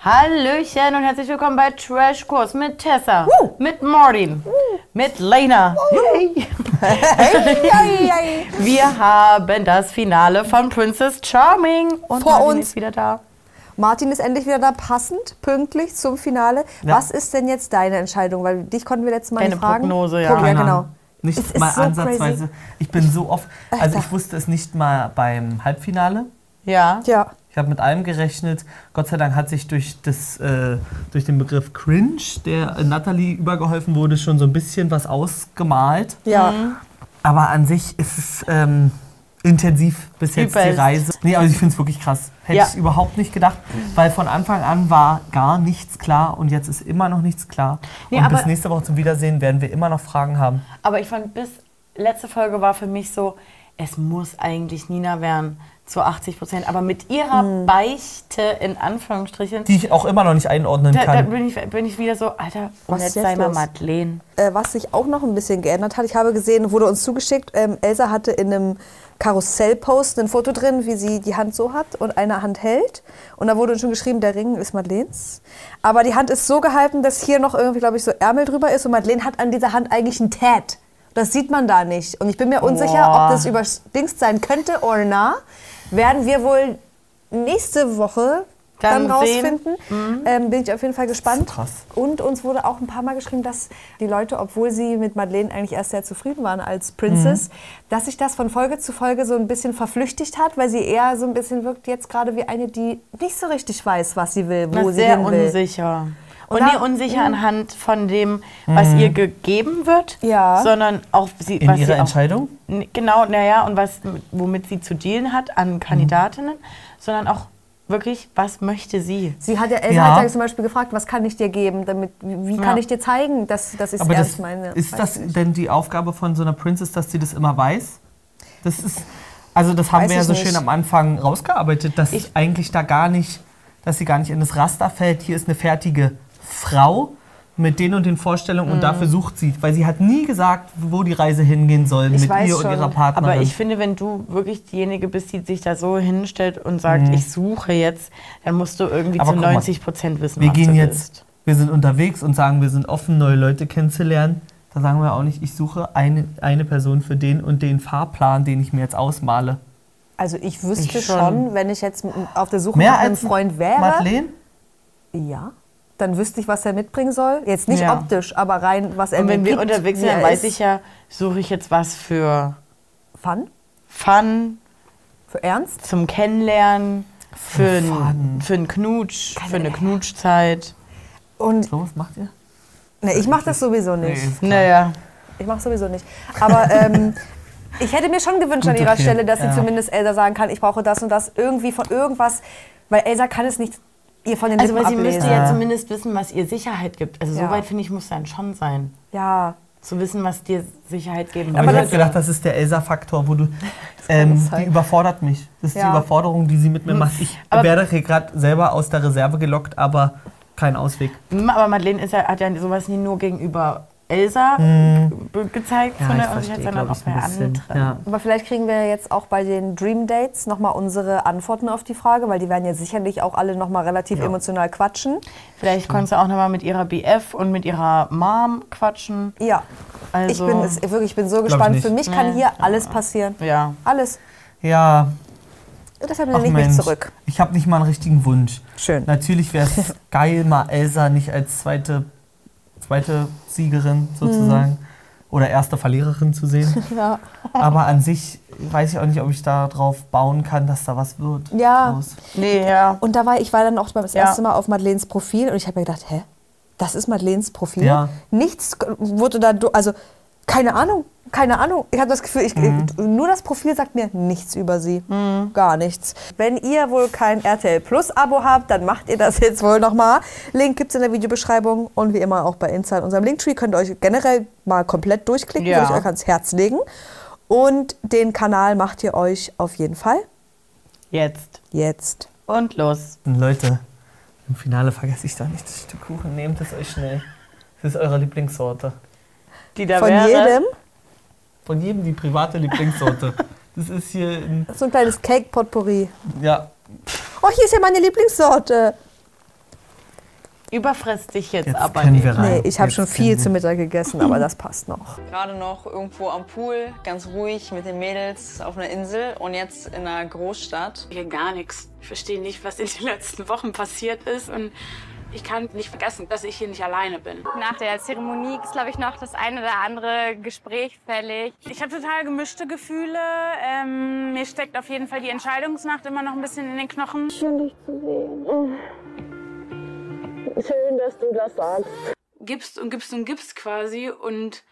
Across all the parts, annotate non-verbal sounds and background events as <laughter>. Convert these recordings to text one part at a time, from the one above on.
Hallöchen und herzlich willkommen bei Trash Kurs mit Tessa, mit Martin, mit Lena. Wir haben das Finale von Princess Charming und Vor Martin uns. ist wieder da. Martin ist endlich wieder da, passend, pünktlich zum Finale. Ja. Was ist denn jetzt deine Entscheidung? Weil dich konnten wir letztes Mal Deine nicht fragen. Prognose, ja. Progn- Keine genau. Nicht Es ist mal so ansatzweise. Ich bin so oft. Also Alter. ich wusste es nicht mal beim Halbfinale. Ja. Ja. Ich habe mit allem gerechnet. Gott sei Dank hat sich durch, das, äh, durch den Begriff Cringe, der äh, Natalie übergeholfen wurde, schon so ein bisschen was ausgemalt. Ja. Aber an sich ist es ähm, intensiv bis jetzt die Übelst. Reise. Nee, also ich finde es wirklich krass. Hätte Ja. ich überhaupt nicht gedacht, weil von Anfang an war gar nichts klar und jetzt ist immer noch nichts klar. Nee, und aber- bis nächste Woche zum Wiedersehen werden wir immer noch Fragen haben. Aber ich fand, bis letzte Folge war für mich so, es muss eigentlich Nina werden, zu 80 Prozent. Aber mit ihrer Hm. Beichte in Anführungsstrichen, Die ich auch immer noch nicht einordnen da, da kann. bin, ich, bin ich wieder so, Alter, und Was jetzt ist jetzt sei mal los? Madeleine. Äh, was sich auch noch ein bisschen geändert hat, ich habe gesehen, wurde uns zugeschickt, ähm, Elsa hatte in einem Karussell-Post ein Foto drin, wie sie die Hand so hat und eine Hand hält. Und da wurde uns schon geschrieben, der Ring ist Madeleines. Aber die Hand ist so gehalten, dass hier noch irgendwie, glaube ich, so Ärmel drüber ist. Und Madeleine hat an dieser Hand eigentlich ein Tat. Das sieht man da nicht. Und ich bin mir unsicher, Boah. ob das über Dings sein könnte oder na. Werden wir wohl nächste Woche Dann dann, sehen. rausfinden. Ähm, bin ich auf jeden Fall gespannt. Mhm. Krass. Und uns wurde auch ein paar Mal geschrieben, dass die Leute, obwohl sie mit Madeleine eigentlich erst sehr zufrieden waren als Princess, Mhm. dass sich das von Folge zu Folge so ein bisschen verflüchtigt hat, weil sie eher so ein bisschen wirkt jetzt gerade wie eine, die nicht so richtig weiß, was sie will, wo Na, sie sehr hin will. unsicher. Und, Und nie da- hm. unsicher anhand von dem, was ihr gegeben wird, Ja. sondern auch sie, In was ihrer sie auch Entscheidung? N- Genau, naja, und was, womit sie zu dealen hat Hm. an Kandidatinnen, sondern auch wirklich, was möchte sie? Sie hat ja Elsa Ja. Hat ja zum Beispiel gefragt, was kann ich dir geben, damit wie Ja. kann ich dir zeigen, dass, dass ich es Aber das, ernst meine. ist Weiß das nicht. denn die Aufgabe von so einer Princess, dass sie das immer weiß? Das ist, also das haben Weiß wir ja ich so nicht. schön am Anfang rausgearbeitet, dass Ich- eigentlich da gar nicht, dass sie gar nicht in das Raster fällt. Hier ist eine fertige Frau mit den und den Vorstellungen Mhm. und dafür sucht sie, weil sie hat nie gesagt, wo die Reise hingehen soll mit weiß ihr und schon, ihrer aber Partnerin. Aber ich finde, wenn du wirklich diejenige bist, die sich da so hinstellt und sagt, ich suche jetzt, dann musst du irgendwie Hm. Aber zu guck mal, 90 Prozent wissen, wir was gehen du jetzt, wir sind unterwegs und sagen, wir sind offen, neue Leute kennenzulernen. Da sagen wir auch nicht, ich suche eine, eine Person für den und den Fahrplan, den ich mir jetzt ausmale. Also ich wüsste Ich schon. schon. wenn ich jetzt m- auf der Suche Mehr nach einem als Freund wäre, Madeleine? ja, dann wüsste ich, was er mitbringen soll. Jetzt nicht Ja. optisch, aber rein, was er Und wenn mir wir gibt, unterwegs sind, wie dann er weiß ist. ich ja, suche ich jetzt was für Fun? Fun, Für ernst? zum Kennenlernen, für, Fun. n- für einen Knutsch, für eine Knutschzeit. Und So, was macht ihr? ne, ich mache das sowieso nicht. ist klar. Naja. Ich mache sowieso nicht. <laughs> Aber ähm, ich hätte mir schon gewünscht an Gut, ihrer okay. Stelle, dass Ja. sie zumindest Elsa sagen kann, ich brauche das und das irgendwie von irgendwas, weil Elsa kann es nicht ihr von den Also, Lippen weil sie ablesen. müsste ja zumindest wissen, was ihr Sicherheit gibt. Also, Ja. soweit finde ich, muss dann schon sein. ja. Zu wissen, was dir Sicherheit geben Aber, Aber ich wird. habe gedacht, das ist der Elsa-Faktor, wo du. Ähm, die überfordert mich. Das ist die Ja. Überforderung, die sie mit mir macht. Ich Aber- werde hier gerade selber aus der Reserve gelockt, aber kein Ausweg. Mm, Aber Madeleine ist ja, hat ja sowas nie nur gegenüber Elsa Hm. ge- gezeigt, sondern auch sich hat sondern auch bei anderen. Ja. Aber vielleicht kriegen wir jetzt auch bei den Dream Dates nochmal unsere Antworten auf die Frage, weil die werden ja sicherlich auch alle nochmal relativ Ja. emotional quatschen. Vielleicht konntest du auch nochmal mit ihrer BF und mit ihrer Mom quatschen. Ja, Also, ich bin es, wirklich, ich bin so gespannt. nicht. Für mich kann hier alles passieren. ja. Alles. ja. Und deshalb Ach nehme ich mich Mensch, zurück. ich habe nicht mal einen richtigen Wunsch. Schön. Natürlich wäre es geil, mal Elsa nicht als zweite, zweite Siegerin sozusagen oder erste Verliererin zu sehen. Ja. Aber an sich weiß ich auch nicht, ob ich darauf bauen kann, dass da was wird. Ja. draus. Nee, ja. Und da war ich war dann auch beim das Ja. erste Mal auf Madeleines Profil und ich habe mir gedacht, hä, das ist Madeleines Profil? Ja. Nichts wurde da, do- also keine Ahnung, keine Ahnung. Ich habe das Gefühl, ich, Mhm. nur das Profil sagt mir nichts über sie, gar nichts. Wenn ihr wohl kein RTL Plus Abo habt, dann macht ihr das jetzt wohl nochmal. Link gibt's in der Videobeschreibung und wie immer auch bei Insta in unserem Linktree könnt ihr euch generell mal komplett durchklicken, Ja. würde ich euch ans Herz legen. Und den Kanal macht ihr euch auf jeden Fall Jetzt. jetzt. Und los. Und Leute, im Finale vergesse ich doch nicht das Stück Kuchen. Nehmt es euch schnell. Es ist eure Lieblingssorte. Die da Von wäre. jedem Von jedem die private Lieblingssorte. Das ist hier, ein, So ein kleines Cake-Potpourri. ja, Oh, hier ist ja meine Lieblingssorte. überfress dich jetzt, Jetzt aber können nicht. wir rein. Nee, ich habe Ah, Jetzt schon viel können wir- zu Mittag gegessen, aber das passt noch. Gerade noch irgendwo am Pool, ganz ruhig mit den Mädels auf einer Insel und jetzt in einer Großstadt. Hier gar nichts. Ich verstehe nicht, was in den letzten Wochen passiert ist und ich kann nicht vergessen, dass ich hier nicht alleine bin. Nach der Zeremonie ist, glaube ich, noch das ein oder andere Gespräch fällig. Ich habe total gemischte Gefühle. Ähm, mir steckt auf jeden Fall die Entscheidungsnacht immer noch ein bisschen in den Knochen. Gibst und gibst und gibst quasi und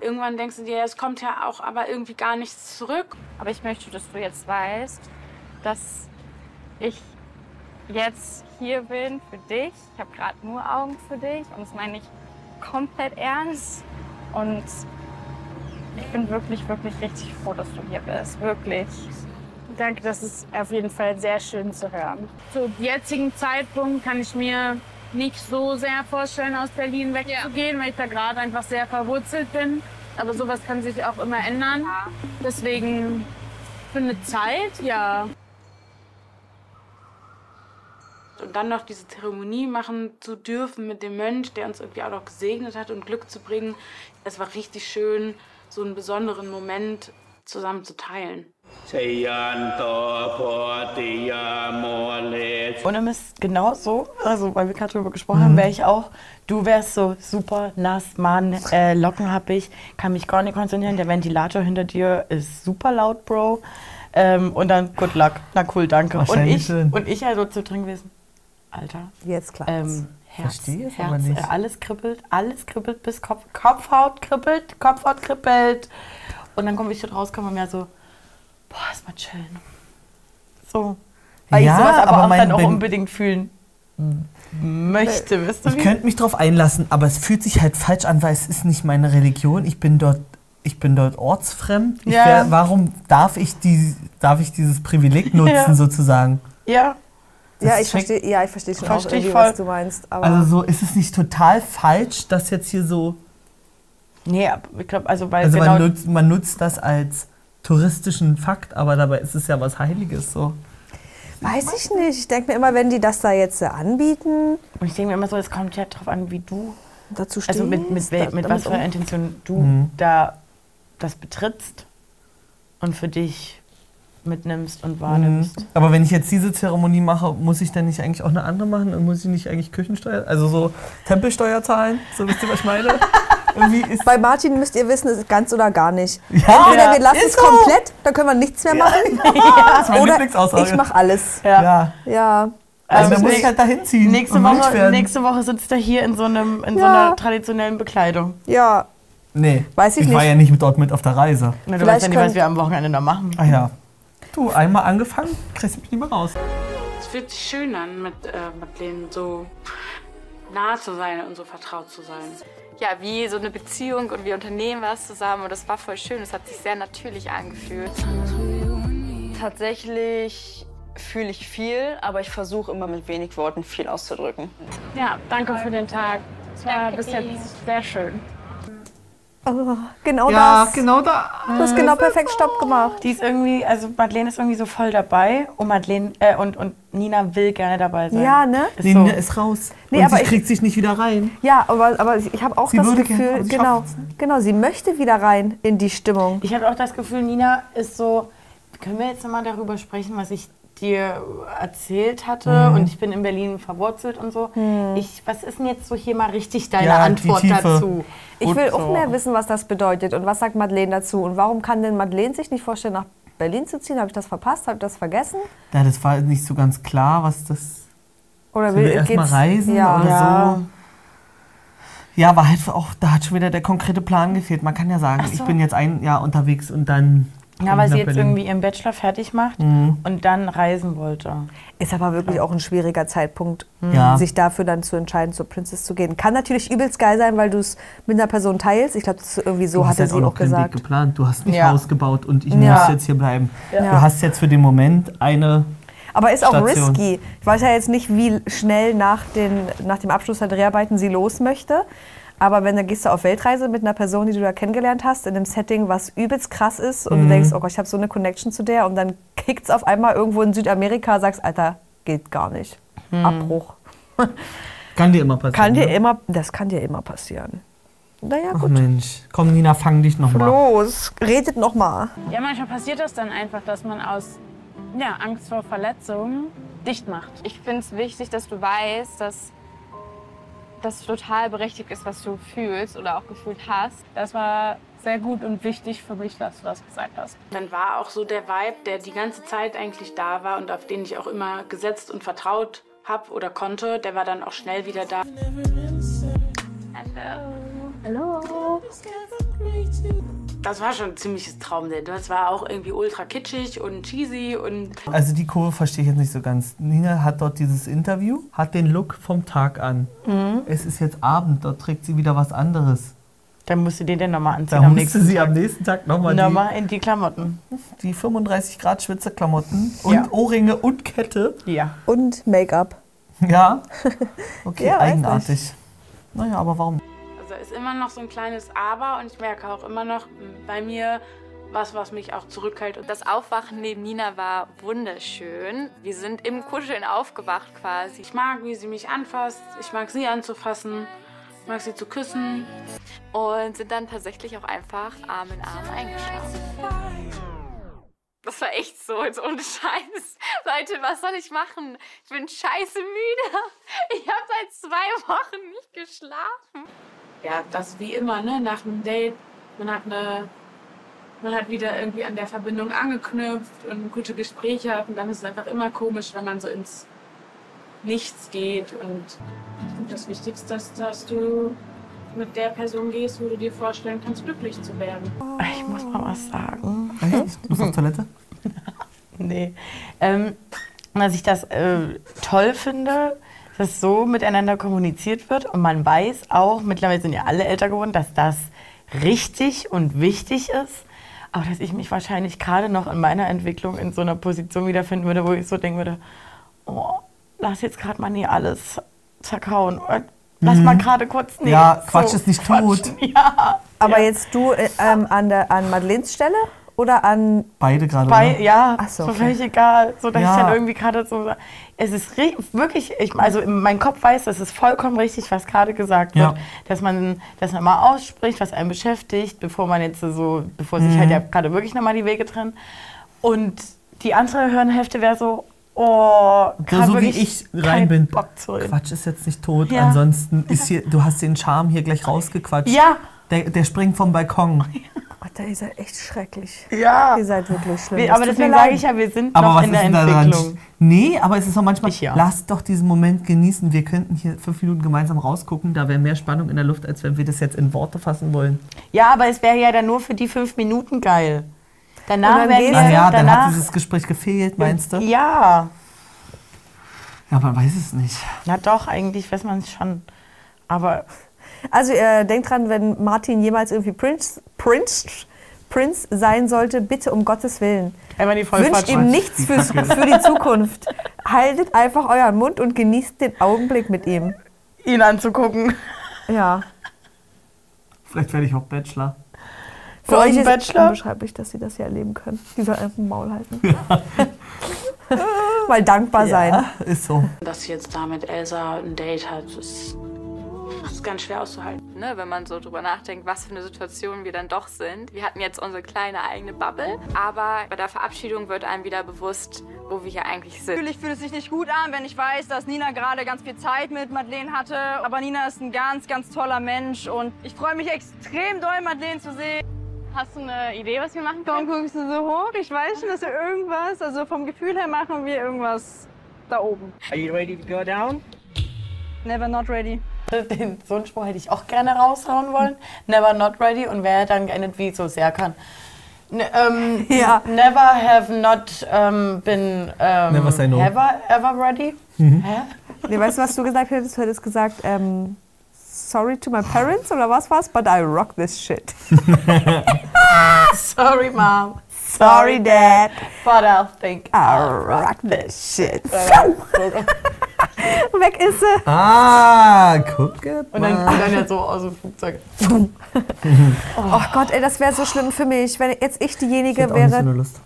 irgendwann denkst du dir, ja, es kommt ja auch aber irgendwie gar nichts zurück. Aber ich möchte, dass du jetzt weißt, dass ich jetzt hier bin für dich. Ich habe gerade nur Augen für dich und das meine ich komplett ernst. Und ich bin wirklich, wirklich richtig froh, dass du hier bist. Wirklich. Danke, das ist auf jeden Fall sehr schön zu hören. Zum jetzigen Zeitpunkt kann ich mir nicht so sehr vorstellen, aus Berlin wegzugehen, weil ich da gerade einfach sehr verwurzelt bin. Aber sowas kann sich auch immer ändern. Deswegen für eine Zeit, ja. Und dann noch diese Zeremonie machen zu dürfen mit dem Mönch, der uns irgendwie auch noch gesegnet hat und Glück zu bringen. Es war richtig schön, so einen besonderen Moment zusammen zu teilen. ชยันโตโพธิยาโมเลส Ohne Mist, genau so, also weil wir gerade drüber Mhm. gesprochen haben, wäre ich auch. Du wärst so super nass, Mann, äh, Locken hab ich, kann mich gar nicht konzentrieren. Der Ventilator hinter dir ist super laut, Bro. Ähm, und dann, good luck, na cool, danke. Und Wahrscheinlich ich, schön. und ich also zu drin gewesen. Alter, Jetzt klar. ähm, Herz, Verstehe es Herz, aber nicht. Äh, alles kribbelt, alles kribbelt bis Kopf, Kopfhaut kribbelt, Kopfhaut kribbelt. Und dann komme ich dort raus, komme mir so, boah, erstmal chillen. So. Weil Ja, ich sowas aber, aber auch mein- dann auch wenn- Hm. Äh, unbedingt fühlen möchte, wisst ihr Ich wie? könnte mich drauf einlassen, aber es fühlt sich halt falsch an, weil es ist nicht meine Religion. Ich bin dort, ich bin dort ortsfremd. Ich Ja. wär, warum darf ich, die, darf ich dieses Privileg nutzen, Ja. sozusagen? Ja, ja, das ich checkt- verstehe ja, ich versteh schon Versteh auch ich irgendwie, voll. was du meinst. Aber Also so ist es nicht total falsch, dass jetzt hier so. nee, ab- ich glaube, also weil Also man, genau, nutzt, man nutzt das als touristischen Fakt, aber dabei ist es ja was Heiliges so. weiß ich nicht. Ich denke mir immer, wenn die das da jetzt äh, anbieten, und ich denke mir immer so, es kommt ja drauf an, wie du, dazu stehen. also mit, mit, wel- mit was für um? um. einer Intention du Mhm. da das betrittst und für dich mitnimmst und wahrnimmst. Mhm. Aber wenn ich jetzt diese Zeremonie mache, muss ich dann nicht eigentlich auch eine andere machen? Und muss ich nicht eigentlich Küchensteuer, also so Tempelsteuer zahlen? So wisst ihr, was ich meine? Irgendwie ist Bei Martin müsst ihr wissen, es ist ganz oder gar nicht. <laughs> <laughs> Ja. Entweder Ja, wir lassen es ist so. komplett, dann können wir nichts mehr machen. das ist meine Oder Lieblingsaussage. ich mache alles. ja. Ja. Also, dann Also muss ich nächste- halt dahin ziehen. Nächste und Mönch Woche, werden. nächste Woche sitzt er hier in so, einem, in so Ja. einer traditionellen Bekleidung. Ne, Ja. Nee, Weiß ich ich war nicht. ja nicht mit dort mit auf der Reise. Na, du Vielleicht weißt ja nicht, was könnt- wir am Wochenende noch machen. Ach ja. Du, einmal angefangen, kriegst du mich nicht mehr raus. Es fühlt sich schön an, mit, äh, mit denen so nah zu sein und so vertraut zu sein. Ja, wie so eine Beziehung und wir unternehmen was zusammen und das war voll schön. Das hat sich sehr natürlich angefühlt. Tatsächlich fühle ich viel, aber ich versuche immer mit wenig Worten viel auszudrücken. Ja, danke für den Tag. Es war bis jetzt sehr schön. Oh, genau das. genau da. Du hast genau perfekt Stopp gemacht. Die ist irgendwie, also Madeleine ist irgendwie so voll dabei und Madeleine, äh, und, und Nina will gerne dabei sein. Ja, ne? Ist Nina so. ist raus. Nee, und aber sie ich- kriegt sich nicht wieder rein. Ja, aber, aber ich habe auch Sie das würde gerne, Gefühl, aber sie genau, schafft's genau, sie möchte wieder rein in die Stimmung. Ich habe auch das Gefühl, Nina ist so, können wir jetzt nochmal darüber sprechen, was ich dir erzählt hatte und ich bin in Berlin verwurzelt und so. Ich, was ist denn jetzt so hier mal richtig deine Ja, die Antwort Tiefe. dazu? Ich Und will so. auch mehr wissen, was das bedeutet und was sagt Madeleine dazu und warum kann denn Madeleine sich nicht vorstellen, nach Berlin zu ziehen? Habe ich das verpasst? Habe ich das vergessen? Ja, das war nicht so ganz klar, was das. Oder Will erstmal geht's- reisen Ja. oder Ja. so? Ja, war halt auch, da hat schon wieder der konkrete Plan gefehlt. Man kann ja sagen, Ach so. ich bin jetzt ein Jahr unterwegs und dann. Ja, komm weil sie ich nach jetzt Berlin. irgendwie ihren Bachelor fertig macht und dann reisen wollte. Ist aber wirklich auch ein schwieriger Zeitpunkt, Ja. sich dafür dann zu entscheiden, zur Princess zu gehen. Kann natürlich übelst geil sein, weil du es mit einer Person teilst. Ich glaube, das ist irgendwie so, Du hast hatte halt sie auch auch noch keinen Weg gesagt. geplant. Du hast nicht Ja. Haus gebaut und ich Ja. muss jetzt hier bleiben. Du hast jetzt für den Moment eine. Aber ist auch Station. risky. Ich weiß ja jetzt nicht, wie schnell nach, den, nach dem Abschluss der Dreharbeiten sie los möchte. Aber wenn dann gehst du auf Weltreise mit einer Person, die du da kennengelernt hast, in einem Setting, was übelst krass ist und Mhm. du denkst, oh Gott, ich habe so eine Connection zu der und dann kickt's auf einmal irgendwo in Südamerika, sagst, Alter, geht gar nicht. Abbruch. Kann dir immer passieren. Kann dir ne? immer, das kann dir immer passieren. Naja, Ach gut. Mensch, komm Nina, fang dich nochmal. Los, redet nochmal. Ja, manchmal passiert das dann einfach, dass man aus ja, Angst vor Verletzungen dicht macht. Ich finde es wichtig, dass du weißt, dass das total berechtigt ist, was du fühlst oder auch gefühlt hast. Das war sehr gut und wichtig für mich, dass du das gesagt hast. Dann war auch so der Vibe, der die ganze Zeit eigentlich da war und auf den ich auch immer gesetzt und vertraut habe oder konnte, der war dann auch schnell wieder da. Das war schon ein ziemliches Traumdate. Das war auch irgendwie ultra kitschig und cheesy und Also die Kurve verstehe ich jetzt nicht so ganz. Nina hat dort dieses Interview, hat den Look vom Tag an. Mhm. Es ist jetzt Abend, dort trägt sie wieder was anderes. Dann musst du dir den nochmal anziehen Da am musste nächsten sie am nächsten Tag nochmal die, Nochmal in die Klamotten. die 35 Grad Schwitzeklamotten und Ja. Ohrringe und Kette. Ja. Und Make-up. <laughs> Ja. Okay, Ja, weiß eigenartig. Naja, aber warum? Also ist immer noch so ein kleines Aber und ich merke auch immer noch mh, bei mir was, was mich auch zurückhält. Und das, Das Aufwachen neben Nina war wunderschön. Wir sind im Kuscheln aufgewacht quasi. ich mag, wie sie mich anfasst, ich mag sie anzufassen, ich mag sie zu küssen. Und sind dann tatsächlich auch einfach Arm in Arm eingeschlafen. Das war echt so, jetzt ohne Scheiß. <laughs> Leute, was soll ich machen? Ich bin scheiße müde. <laughs> Ich habe seit zwei Wochen nicht geschlafen. Ja, das wie immer, ne? Nach einem Date, man hat eine. Man hat wieder irgendwie an der Verbindung angeknüpft und gute Gespräche hat. Und dann ist es einfach immer komisch, wenn man so ins Nichts geht. Und das Wichtigste ist, dass du mit der Person gehst, wo du dir vorstellen kannst, glücklich zu werden. Ich muss mal was sagen. Echt? Du bist auf Toilette? Nee. Ähm, dass ich das äh, toll finde, dass so miteinander kommuniziert wird und man weiß auch, mittlerweile sind ja alle älter geworden, dass das richtig und wichtig ist. Aber dass ich mich wahrscheinlich gerade noch in meiner Entwicklung in so einer Position wiederfinden würde, wo ich so denken würde, oh, lass jetzt gerade mal nie alles zerkauen. Lass mal gerade kurz nee, Mhm. Ja, Quatsch ist nicht quatschen. Ja, Aber jetzt du äh, ähm, an, der, an Madeleines Stelle oder an Beide gerade. Bei, Bei, ja, Ach so, so, okay. völlig egal. So, dass Ja. ich dann irgendwie gerade so. Es ist ri- wirklich, ich, also mein Kopf weiß, das ist vollkommen richtig, was gerade gesagt Ja. wird. Dass man, dass man mal ausspricht, was einen beschäftigt, bevor man jetzt so, bevor sich Mhm. halt ja gerade wirklich nochmal die Wege trennen. Und die andere Hirnhälfte wäre so, oh, So, grad so wie wirklich ich rein keinen bin. Bock zu reden. Quatsch ist jetzt nicht tot, Ja. ansonsten ist hier, du hast den Charme hier gleich rausgequatscht. Ja, Der, der springt vom Balkon. Alter, ihr seid echt schrecklich. ja. Ihr seid wirklich schlimm. Wir, Das aber tut mir deswegen leid. sage ich ja, wir sind Aber noch was in ist der denn daran? Entwicklung. Nee, aber es ist auch manchmal, Ich ja. lasst doch diesen Moment genießen. Wir könnten hier fünf Minuten gemeinsam rausgucken. Da wäre mehr Spannung in der Luft, als wenn wir das jetzt in Worte fassen wollen. Ja, aber es wäre ja dann nur für die fünf Minuten geil. Und Danach dann werden wir gehst Ah Ja, ja, dann danach, hat dieses Gespräch gefehlt, meinst du? Ja, Ja, man weiß es nicht. na doch, eigentlich weiß man es schon. Aber Also äh, denkt dran, wenn Martin jemals irgendwie Prince, Prince, Prince sein sollte, bitte um Gottes Willen. einmal die Wünscht ihm nichts fürs, für die Zukunft. Haltet einfach euren Mund und genießt den Augenblick mit ihm. ihn anzugucken. Ja. Vielleicht werde ich auch Bachelor. Für Golden euch ist Bachelor? unbeschreiblich, dass sie das hier erleben können. Die soll einfach den Maul halten. Mal dankbar sein. Ist so. Dass ich jetzt da mit Elsa ein Date hat, ist, ist ganz schwer auszuhalten. Ne, wenn man so drüber nachdenkt, was für eine Situation wir dann doch sind. Wir hatten jetzt unsere kleine eigene Bubble, aber bei der Verabschiedung wird einem wieder bewusst, wo wir hier eigentlich sind. Natürlich fühlt es sich nicht gut an, wenn ich weiß, dass Nina gerade ganz viel Zeit mit Madeleine hatte. Aber Nina ist ein ganz, ganz toller Mensch und ich freue mich extrem doll, Madeleine zu sehen. Hast du eine Idee, was wir machen können? Warum guckst du so hoch? Ich weiß schon, dass wir irgendwas, also vom Gefühl her machen wir irgendwas da oben. Are you ready to go down? Never not ready. Den, so einen Spruch hätte ich auch gerne raushauen wollen. Never not ready und wäre dann geendet, wie so sehr kann. Ne, <laughs> ähm, Ja. Never have not ähm, been ähm, Never say no. Mhm. ever, ever ready. Hä? <laughs> Nee, weißt du, was du gesagt hättest? Du hättest gesagt, ähm, sorry to my parents oder was war's? But I rock this shit. Sorry, Mom. Sorry, Dad. But I'll think. I rock this shit. Weg ist sie. Ah, gucke. Und dann, und dann ja so aus dem Flugzeug. Oh Gott, ey, das wäre so schlimm für mich, wenn jetzt ich diejenige Hat auch nicht so eine wäre, Lust.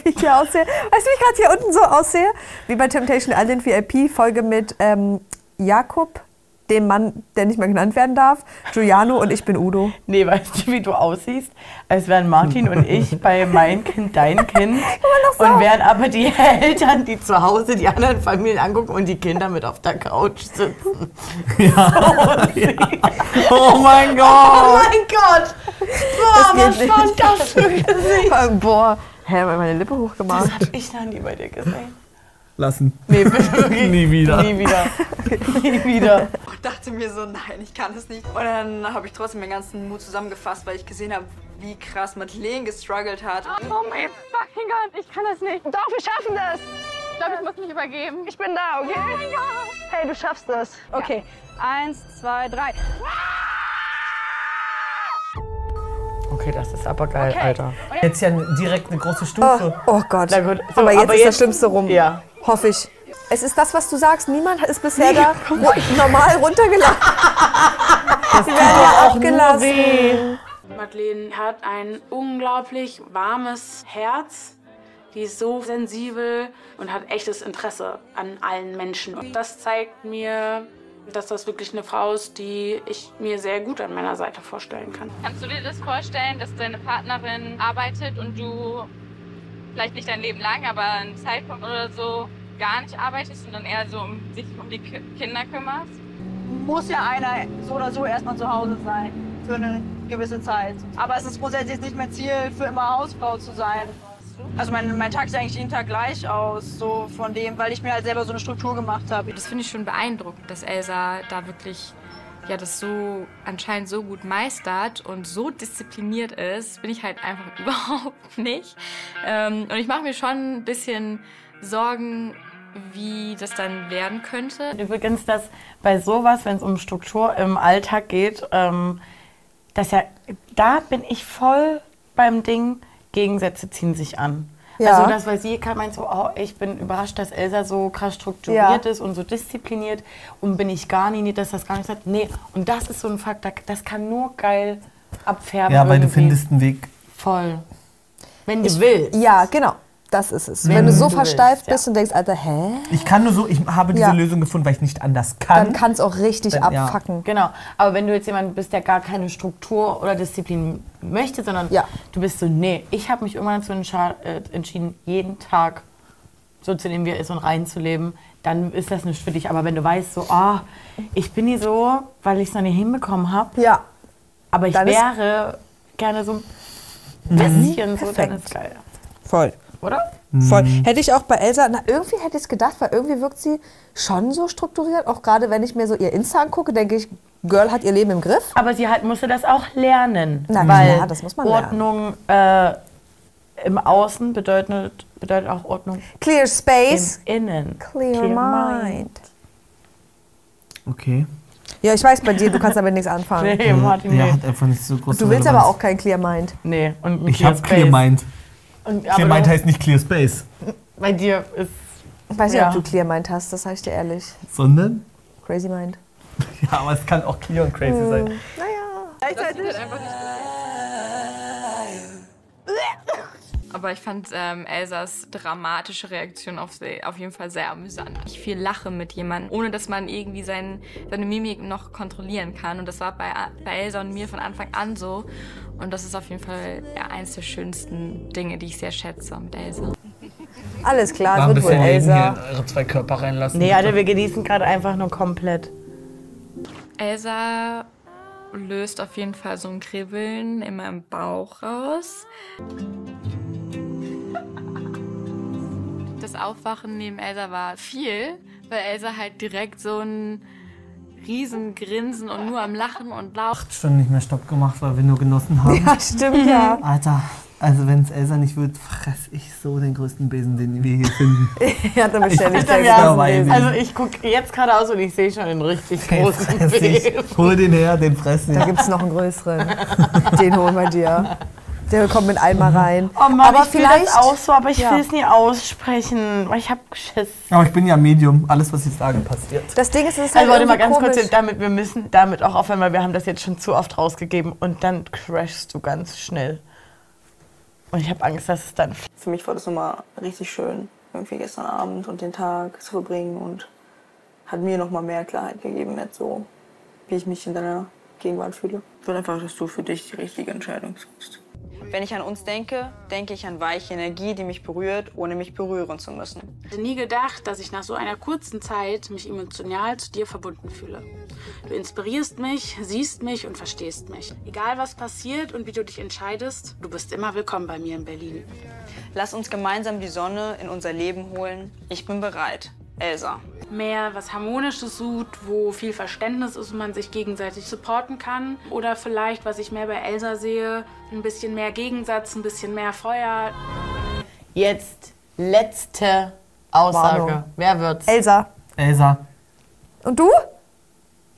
<laughs> wie ich hier aussehe. Weißt du, wie ich gerade hier unten so aussehe? Wie bei Temptation Island VIP-Folge mit ähm, Jakob, dem Mann, der nicht mehr genannt werden darf, Giuliano und ich bin Udo. Nee, weißt du, wie du aussiehst? Als wären Martin und ich bei mein Kind dein Kind. doch so. Und wären aber die <laughs> Eltern, die zu Hause die anderen Familien angucken und die Kinder mit auf der Couch sitzen. <laughs> Oh mein Gott! Oh mein Gott! Boah, Das was geht war das für <laughs> ein Gesicht? Boah, hä, meine Lippe hochgemacht. Das hab ich noch nie bei dir gesehen. Lassen. Nee, bitte wirklich. <laughs> Nie wieder. Nie <laughs> wieder. Nie wieder. Und dachte mir so, nein, ich kann es nicht. Und dann habe ich trotzdem den ganzen Mut zusammengefasst, weil ich gesehen habe, wie krass Madeleine gestruggelt hat. Oh mein fucking Gott, ich kann das nicht. Doch, wir schaffen das. Ich glaube, ich muss mich übergeben. Ich bin da, okay? Hey, du schaffst das. Okay. Eins, zwei, drei. Okay, das ist aber geil, Alter. Jetzt ja direkt eine große Stufe. Oh Gott. Na gut, so, aber jetzt aber ist das jetzt- Schlimmste rum. Ja. Hoffe ich. Es ist das, was du sagst. Niemand ist bisher da ru- normal <laughs> runtergeladen. Sie werden ja auch gelassen. Madeleine hat ein unglaublich warmes Herz. Die ist so sensibel und hat echtes Interesse an allen Menschen. Und das zeigt mir, dass das wirklich eine Frau ist, die ich mir sehr gut an meiner Seite vorstellen kann. Kannst du dir das vorstellen, dass deine Partnerin arbeitet und du vielleicht nicht dein Leben lang, aber einen Zeitpunkt oder so gar nicht arbeitest und dann eher so um dich um die Ki- Kinder kümmerst? muss ja einer so oder so erstmal zu Hause sein für eine gewisse Zeit. Aber es ist grundsätzlich nicht mein Ziel, für immer Hausfrau zu sein. Also mein, mein Tag sieht eigentlich jeden Tag gleich aus, so von dem, weil ich mir halt selber so eine Struktur gemacht habe. Das finde ich schon beeindruckend, dass Elsa da wirklich ja das so anscheinend so gut meistert und so diszipliniert ist, bin ich halt einfach <laughs> überhaupt nicht. Ähm, und ich mache mir schon ein bisschen Sorgen, wie das dann werden könnte. Übrigens, dass bei sowas, wenn es um Struktur im Alltag geht, ähm, dass ja, da bin ich voll beim Ding, Gegensätze ziehen sich an. Ja. Also das, weil sie kam, meint so, oh, ich bin überrascht, dass Elsa so krass strukturiert Ja. ist und so diszipliniert und bin ich gar nie, nee, dass das gar nicht hat. Nee, und das ist so ein Fakt, da- das kann nur geil abfärben. Ja, weil du Ah. irgendwie. findest einen Weg. Voll. Wenn du willst. Ja, genau. Das ist es. Wenn, du so du willst, versteift ja. bist und denkst, Alter, hä? Ich kann nur so, ich habe diese Ja. Lösung gefunden, weil ich nicht anders Dann kann. kann es auch richtig Dann, ja. abfacken. Genau, aber wenn du jetzt jemand bist, der gar keine Struktur oder Disziplin möchte, sondern Ja. du bist so, nee, ich habe mich irgendwann dazu entscha- äh, entschieden, jeden Tag so zu nehmen, wie er ist und reinzuleben, dann ist das nicht für dich. Aber wenn du weißt, so, ah, ich bin nie so, weil ich es noch nie hinbekommen habe, Ja. aber ich Dann ist- Mhm. wäre gerne so ein bisschen so, dann Perfekt. ist geil, Voll. oder? Voll. Hätte ich auch bei Elsa, na irgendwie hätte ich es gedacht, weil irgendwie wirkt sie schon so strukturiert. Auch gerade wenn ich mir so ihr Insta angucke, denke ich, Girl hat ihr Leben im Griff. Aber sie halt musste das auch lernen. Na weil klar, das muss man lernen. Ordnung äh, im Außen bedeutet, bedeutet auch Ordnung Clear Space, im Innen. clear, mind. Okay. Ja, ich weiß bei dir, du kannst damit <laughs> nichts anfangen. Nee, Äh, Martin, Der nee. hat einfach nicht so groß. Du willst aber auch kein Clear Mind. nee. Und ein Ich habe Space. Clear Mind. Und, aber Clear Mind doch, heißt nicht Clear Space, bei dir ist Ich weiß nicht, Ja. ob du Clear Mind hast, das sage ich dir ehrlich. sondern. Crazy Mind. Ja, aber es kann auch clear und crazy sein. Aber ich fand ähm, Elsas dramatische Reaktion auf sie auf jeden Fall sehr amüsant. Ich viel lache mit jemandem, ohne dass man irgendwie sein, seine Mimik noch kontrollieren kann. Und das war bei, bei Elsa und mir von Anfang an so. Und das ist auf jeden Fall ja, eines der schönsten Dinge, die ich sehr schätze mit Elsa. Alles klar, es wird wohl in Elsa. eure zwei Körper reinlassen. Nee, Alter, wir genießen gerade einfach nur komplett. Elsa äh, löst auf jeden Fall so ein Kribbeln in meinem Bauch raus. Das Aufwachen neben Elsa war viel, weil Elsa halt direkt so ein Riesengrinsen und nur am Lachen und Lachen. Stunden nicht mehr Stopp gemacht, weil wir nur genossen haben. <laughs> Ja, stimmt, <laughs> ja. Alter, also wenn es Elsa nicht wird, fress ich so den größten Besen, den wir hier finden. Ja, dann bestell ich Alter, dir. ja. Ja. glaube, ein- also ich gucke jetzt gerade aus und ich sehe schon einen richtig Den <laughs> großen fress ich. Besen. Hol den her, den fressen Da wir. gibt es noch einen größeren. Den holen wir dir. Der kommt mit einmal rein. Oh Mann, aber ich fühl vielleicht. das auch so, aber ich Ja. will es nie aussprechen, weil ich habe Schiss. Aber ich bin ja Medium, alles was ich sage passiert. Das Ding ist, es ist halt Also warte mal irgendwie ganz komisch. kurz, damit wir müssen damit auch aufhören, weil wir haben das jetzt schon zu oft rausgegeben und dann crashst du ganz schnell. Und ich habe Angst, dass es dann Für mich war das nochmal richtig schön, irgendwie gestern Abend und den Tag zu verbringen und hat mir nochmal mehr Klarheit gegeben, jetzt so, wie ich mich in deiner Gegenwart fühle. Ich will einfach, dass du für dich die richtige Entscheidung triffst. Wenn ich an uns denke, denke ich an weiche Energie, die mich berührt, ohne mich berühren zu müssen. Ich hätte nie gedacht, dass ich nach so einer kurzen Zeit mich emotional zu dir verbunden fühle. Du inspirierst mich, siehst mich und verstehst mich. Egal was passiert und wie du dich entscheidest, du bist immer willkommen bei mir in Berlin. Lass uns gemeinsam die Sonne in unser Leben holen. Ich bin bereit. Elsa. Mehr was Harmonisches sucht, wo viel Verständnis ist und man sich gegenseitig supporten kann. Oder vielleicht, was ich mehr bei Elsa sehe, ein bisschen mehr Gegensatz, ein bisschen mehr Feuer. Jetzt letzte Aussage. Warnung. Wer wird's? Elsa. Elsa. Und du?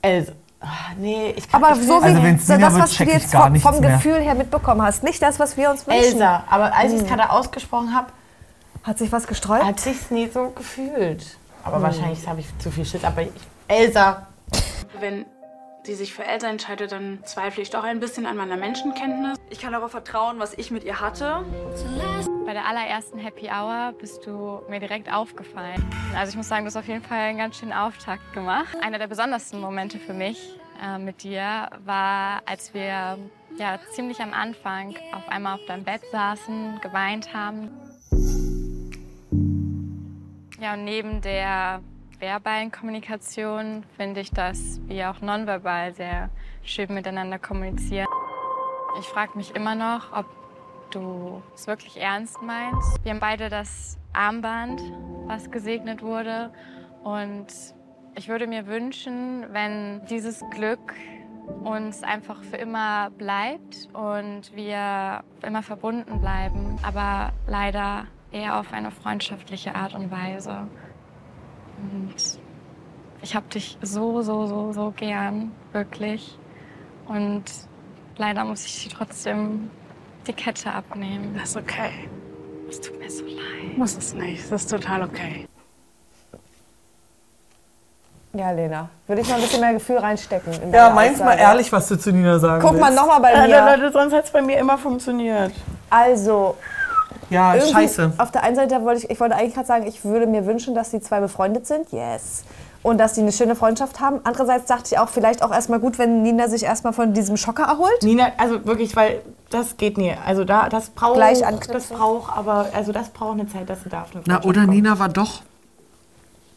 Elsa. Ah, nee, ich kann Aber ich so will- wie Also wenn's Nina das, wird, was du check ich jetzt gar vom, nichts vom mehr. Gefühl her mitbekommen hast, nicht das, was wir uns wünschen. Elsa. Aber als ich es gerade ausgesprochen habe, Hat sich was gestreut? hat sich's nie so gefühlt. Aber wahrscheinlich habe ich zu viel Shit. Aber ich, Elsa. Wenn sie sich für Elsa entscheidet, dann zweifle ich doch ein bisschen an meiner Menschenkenntnis. Ich kann darauf vertrauen, was ich mit ihr hatte. Bei der allerersten Happy Hour bist du mir direkt aufgefallen. Also ich muss sagen, du hast auf jeden Fall einen ganz schönen Auftakt gemacht. Einer der besondersten Momente für mich äh, mit dir war, als wir ja ziemlich am Anfang auf einmal auf deinem Bett saßen, geweint haben. Ja, und neben der verbalen Kommunikation finde ich, dass wir auch nonverbal sehr schön miteinander kommunizieren. Ich frage mich immer noch, ob du es wirklich ernst meinst. Wir haben beide das Armband, was gesegnet wurde. Und ich würde mir wünschen, wenn dieses Glück uns einfach für immer bleibt und wir immer verbunden bleiben, aber leider eher auf eine freundschaftliche Art und Weise. Und ich habe dich so, so, so, so gern, wirklich. Und leider muss ich dir trotzdem die Kette abnehmen. Das ist okay. Es tut mir so leid. Muss es nicht. Das ist total okay. Ja, Lena. Würde ich mal ein bisschen mehr Gefühl reinstecken. in Ja, deine meinst mal Aussage. ehrlich, was du zu Nina sagen Guck willst. mal nochmal <laughs> bei Äh, mir. Leute, sonst hat's bei mir immer funktioniert. Also, Ja, irgendwie scheiße. auf der einen Seite wollte ich, ich wollte eigentlich gerade sagen, ich würde mir wünschen, dass die zwei befreundet sind. Yes. Und dass die eine schöne Freundschaft haben. Andererseits dachte ich auch, vielleicht auch erstmal gut, wenn Nina sich erstmal von diesem Schocker erholt. Nina, also wirklich, weil das geht nie. Also da, das braucht, Gleich das anknüpfen. braucht, aber also das braucht eine Zeit, dass sie ne? da auf eine Na, Freundschaft oder kommt. Nina war doch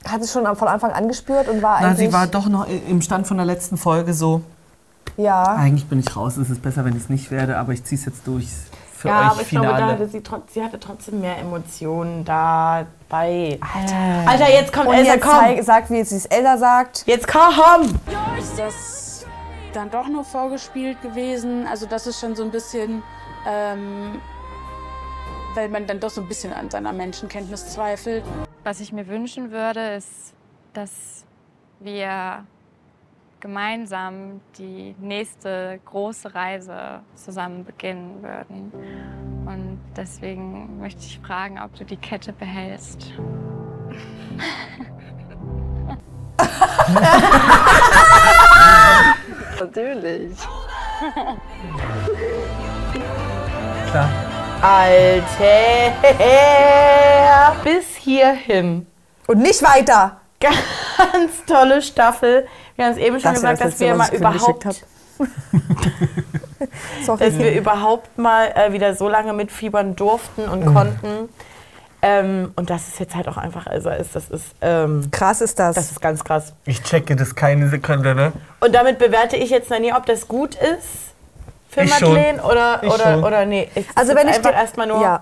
Hat es schon am- von Anfang angespürt und war Na, eigentlich. sie war doch noch im Stand von der letzten Folge so. ja. Eigentlich bin ich raus, es ist besser, wenn ich es nicht werde, aber ich ziehe es jetzt durch für Ja, euch aber ich Finale. glaube, da hatte sie, trotz, sie hatte trotzdem mehr Emotionen dabei. Alter, Alter jetzt kommt Und Elsa, jetzt komm! zeig, sag, wie sie es Elsa sagt. Jetzt komm! Ist das dann doch nur vorgespielt gewesen? Also das ist schon so ein bisschen, ähm, weil man dann doch so ein bisschen an seiner Menschenkenntnis zweifelt. Was ich mir wünschen würde, ist, dass wir gemeinsam die nächste große Reise zusammen beginnen würden. Und deswegen möchte ich fragen, ob du die Kette behältst. Natürlich. Klar. Alter! Bis hierhin. Und nicht weiter. Ganz tolle Staffel. Wir haben es eben schon Das wäre gesagt, das dass wir Letzte, was mal ich Quinn geschickt überhaupt, dass wir überhaupt mal äh, wieder so lange mitfiebern durften und konnten. Ähm, und dass es jetzt halt auch einfach Elsa ist, das ist, ähm, Krass ist das. das ist ganz krass. Ich checke das keine Sekunde, ne? Und damit bewerte ich jetzt noch nie, ob das gut ist für Ich schon. Madeleine oder, Ich schon. oder, oder nee. Ich, also wenn ich einfach dir- erstmal nur, ja,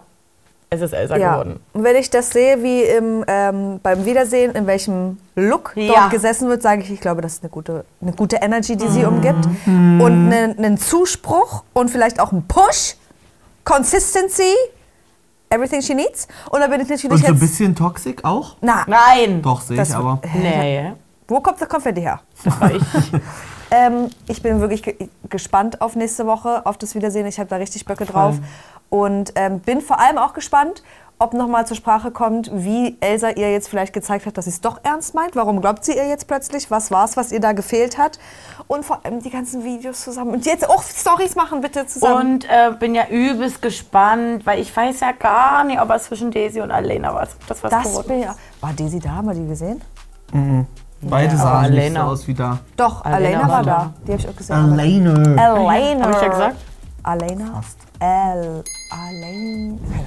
es ist Elsa ja. geworden. Und wenn ich das sehe, wie im, ähm, beim Wiedersehen, in welchem Look Ja. dort gesessen wird, sage ich, ich glaube, das ist eine gute, eine gute Energy, die Mhm. sie umgibt. Und einen einen Zuspruch und vielleicht auch einen Push. Consistency. Everything she needs. Und da bin ich natürlich Und so ein jetzt. bisschen toxisch auch? na, Nein. Doch, sehe Das ich wird- aber. Nee. wo kommt das Konfetti her? <laughs> Ähm, ich bin wirklich ge gespannt auf nächste Woche, auf das Wiedersehen. Ich habe da richtig Böcke drauf. Und ähm, bin vor allem auch gespannt, ob nochmal zur Sprache kommt, wie Elsa ihr jetzt vielleicht gezeigt hat, dass sie es doch ernst meint. Warum glaubt sie ihr jetzt plötzlich? Was war es, was ihr da gefehlt hat? Und vor allem die ganzen Videos zusammen. Und jetzt auch Stories machen bitte zusammen. Und äh, bin ja übelst gespannt, weil ich weiß ja gar nicht, ob er zwischen Daisy und Alena war. Das war das bin ich auch. War Desi da? Haben wir die gesehen? Beide Ja, sahen aber nicht so Alena- aus wie da. Doch, Alena, war da. Die habe ich auch gesehen. Alena. Alena. Hab ich ja gesagt? Alena. Al. Alena. Keine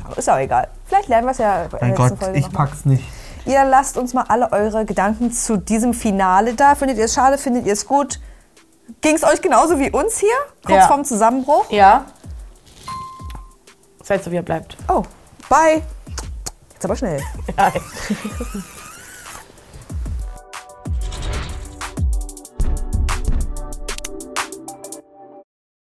Ahnung, Ist auch egal. Vielleicht lernen wir es ja. in der Mein letzten Gott, Folge ich noch mal. pack's nicht. Ihr lasst uns mal alle eure Gedanken zu diesem Finale da. Findet ihr es schade? Findet ihr es gut? Ging es euch genauso wie uns hier? Kurz Ja. vorm Zusammenbruch? Ja. Seid so, wie ihr bleibt. Oh, bye. Jetzt aber schnell. Nein.